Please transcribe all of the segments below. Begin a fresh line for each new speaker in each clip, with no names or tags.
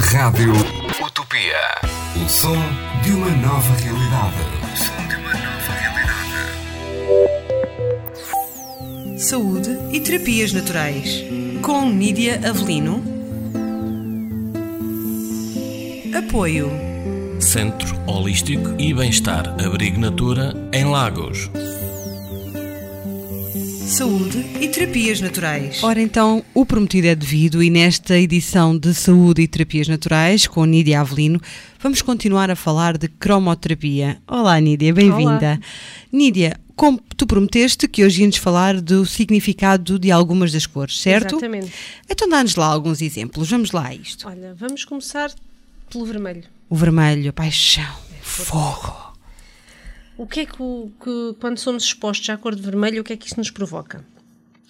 Rádio Utopia. O som de uma nova realidade. O som de uma nova realidade.
Saúde e terapias naturais. Com Nídia Avelino. Apoio.
Centro Holístico e Bem-Estar Abrigo Natura em Lagos.
Saúde e terapias naturais.
Ora então, o prometido é devido e nesta edição de Saúde e Terapias Naturais com Nídia Avelino, vamos continuar a falar de cromoterapia. Olá Nídia, bem-vinda. Nídia, como tu prometeste que hoje íamos falar do significado de algumas das cores, certo?
Exatamente.
Então dá-nos lá alguns exemplos, vamos lá a isto.
Olha, vamos começar pelo vermelho.
O vermelho, a paixão,
É,
fogo.
O que é que, o, que, quando somos expostos à cor de vermelho, o que é que isso nos provoca?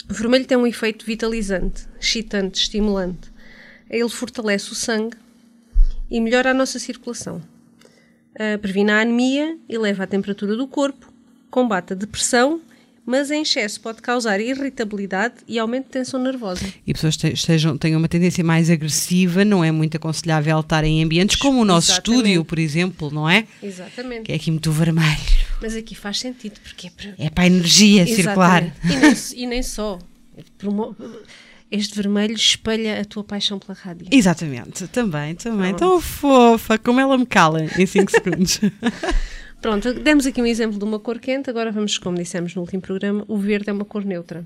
O vermelho tem um efeito vitalizante, excitante, estimulante. Ele fortalece o sangue e melhora a nossa circulação. Uh, previne a anemia, eleva a temperatura do corpo, combate a depressão, mas em excesso pode causar irritabilidade e aumento de tensão nervosa.
E pessoas te, estejam, tenham uma tendência mais agressiva, não é muito aconselhável estar em ambientes como o nosso
Exatamente.
estúdio, por exemplo, não é?
Exatamente.
Que é aqui muito vermelho.
Mas aqui faz sentido, porque é para
É para a energia circular.
Exatamente. E nem, e nem só. Promo- Este vermelho espelha a tua paixão pela rádio.
Exatamente, também, também. Tão fofa, como ela me cala em 5 segundos.
Pronto, demos aqui um exemplo de uma cor quente, agora vamos, como dissemos no último programa, o verde é uma cor neutra.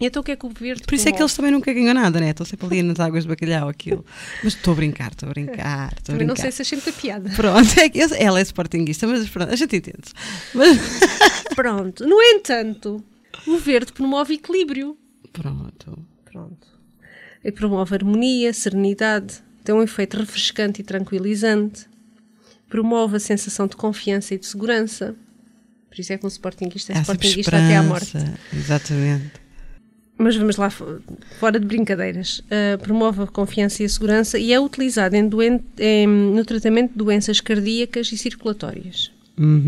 E então o que é que o verde
Por isso é que eles
promove?
também nunca ganham nada, né? Estão sempre ali nas águas de bacalhau, aquilo. Mas estou a brincar, estou a brincar, estou a
Também
brincar.
não sei se achei muita piada.
Pronto, é que eu- ela é sportinguista, mas pronto, a gente entende. Mas
Pronto, no entanto, o verde promove equilíbrio.
pronto.
Pronto. E promove harmonia, serenidade, tem um efeito refrescante e tranquilizante, promove a sensação de confiança e de segurança. Por isso é que um sportinguista é
Há sempre
sportinguista até à morte.
esperança. Exatamente.
Mas vamos lá, fo- fora de brincadeiras. Uh, promove a confiança e a segurança e é utilizado em doen- em- no tratamento de doenças cardíacas e circulatórias.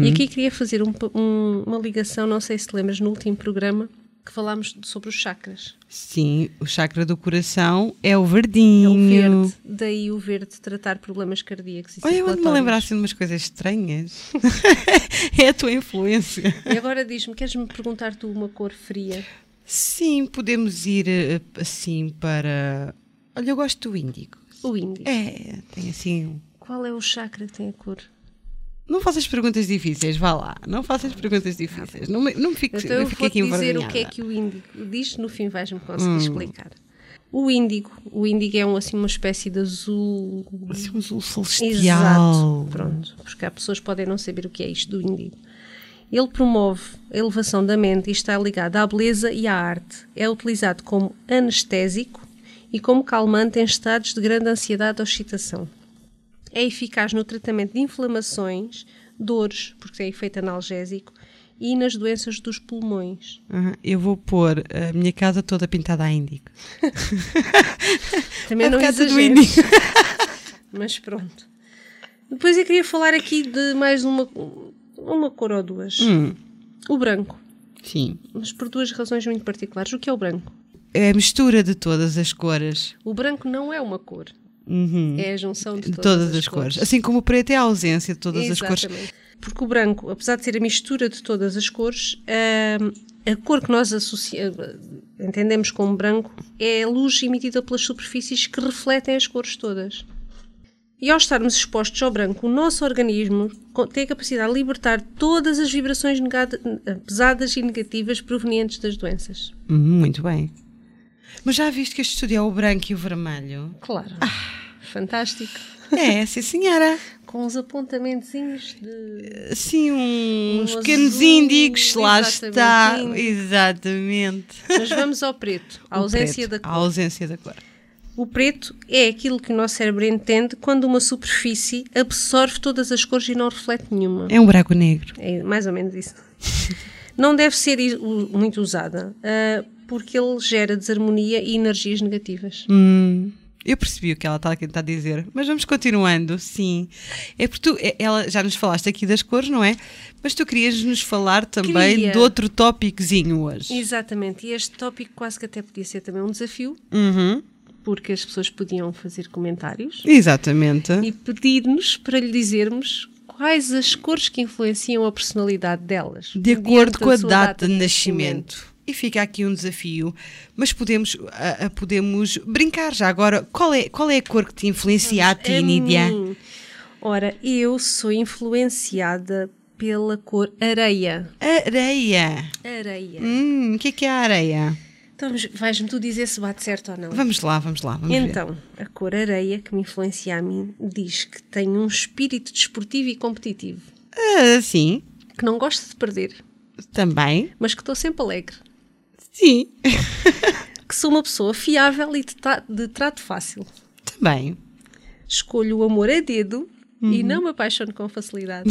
E aqui queria fazer um pa- um- uma ligação, não sei se te lembras, no último programa que falámos de- sobre os chakras.
Sim, o chakra do coração é o verdinho.
É o verde, daí o verde tratar problemas cardíacos e
Olha, eu ando-me a
circulatórios.
lembrar assim de umas coisas estranhas. é a tua influência.
E agora diz-me, queres-me perguntar tu uma cor fria?
Sim, podemos ir eh, assim para. Olha, eu gosto do índigo.
O índigo.
É, tem assim. um-
Qual é o chakra que tem a cor?
Não faças perguntas difíceis, vá lá. Não faças perguntas difíceis. Não me, não me fiques.
Ah, Então
eu
eu
fiquei
vou
aqui
dizer o que é
envergonhada. Hum.
que o índigo diz, no fim vais-me conseguir explicar. O índigo, o índigo é um, assim, uma espécie de azul
Assim, um azul celestial.
exato, pronto, porque há pessoas que podem não saber o que é isto do índigo. Ele promove a elevação da mente e está ligado à beleza e à arte. É utilizado como anestésico e como calmante em estados de grande ansiedade ou excitação. É eficaz no tratamento de inflamações, dores, porque tem efeito analgésico, e nas doenças dos pulmões.
Aham, Eu vou pôr a minha casa toda pintada a índigo.
Também
Por
não
causa do
exageres.
índigo.
Mas pronto. Depois eu queria falar aqui de mais uma, uma cor ou duas.
Hum.
O branco.
Sim.
Mas por duas razões muito particulares. O que é o branco?
É a mistura de todas as cores.
O branco não é uma cor. É a junção de
Uhum. De
todas,
todas as, cores. Assim como o preto é a ausência de todas as cores.
Exatamente. Porque o branco, apesar de ser a mistura de todas as cores, hum, a cor que nós associamos, entendemos como branco é a luz emitida pelas superfícies que refletem as cores todas. E ao estarmos expostos ao branco, o nosso organismo co- tem a capacidade de libertar todas as vibrações negada- pesadas e negativas provenientes das doenças.
Hum, Muito bem. Mas já viste que este estúdio é o branco e o vermelho?
Claro. Ah, Fantástico.
É, sim senhora.
Com os apontamentozinhos de...
Assim, um- uns
azul,
pequenos índigos, lá
exatamente,
está.
índigo.
Exatamente.
Mas vamos ao preto. A
O
ausência
preto,
da cor.
A ausência da cor.
O preto é aquilo que o nosso cérebro entende quando uma superfície absorve todas as cores e não reflete nenhuma.
É um buraco negro.
É mais ou menos isso. Não deve ser i- u- muito usada, ah, porque ele gera desarmonia e energias negativas.
Hum, eu percebi o que ela está a tentar dizer, mas vamos continuando, sim. É porque tu, é- ela, já nos falaste aqui das cores, não é? Mas tu querias nos falar também
Queria.
de outro tópicozinho hoje. Uhum.
Exatamente, e este tópico quase que até podia ser também um desafio, porque as pessoas podiam fazer comentários
Exatamente.
e pedir-nos para lhe dizermos quais as cores que influenciam a personalidade delas.
De
mediante
acordo com a
sua
data, de nascimento. E fica aqui um desafio, mas podemos, ah, ah, podemos brincar já agora. Qual é, qual é a cor que te influencia a ti,
A
Nídia?
mim. Ora, eu sou influenciada pela cor areia.
Areia.
Areia.
Hum, o que é que é a areia?
Então, mas vais-me tu dizer se bate certo ou não.
Vamos lá, vamos lá. Vamos ver.
Então, a cor areia que me influencia a mim diz que tenho um espírito desportivo e competitivo,
Ah, sim,
que não gosto de perder,
também.
mas que estou sempre alegre,
Sim,
que sou uma pessoa fiável e de, ta- de trato fácil.
também.
Escolho o amor a dedo
Uhum.
e não me apaixono com facilidade.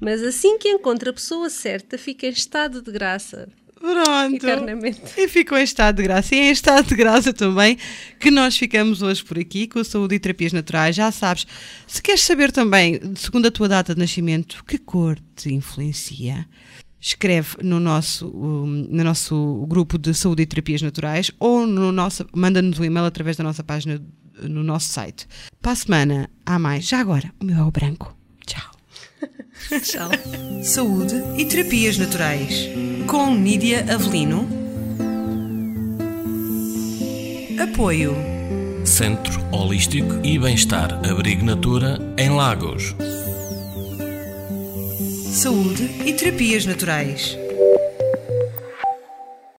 mas assim que encontro a pessoa certa, fico em estado de graça.
Pronto.
Eternamente.
E ficou em estado de graça. E é em estado de graça também que nós ficamos hoje por aqui com a Saúde e Terapias Naturais. Já sabes, se queres saber também, segundo a tua data de nascimento, que cor te influencia, escreve no nosso, hum, no nosso grupo de Saúde e Terapias Naturais ou no nosso, manda-nos um e-mail através da nossa página no nosso site. Para a semana, há mais. Já agora, o meu é o branco. Tchau.
Tchau.
Saúde e terapias naturais. Com Nídia Avelino. Apoio.
Centro Holístico e Bem-Estar Abrigo Natura em Lagos.
Saúde e terapias naturais.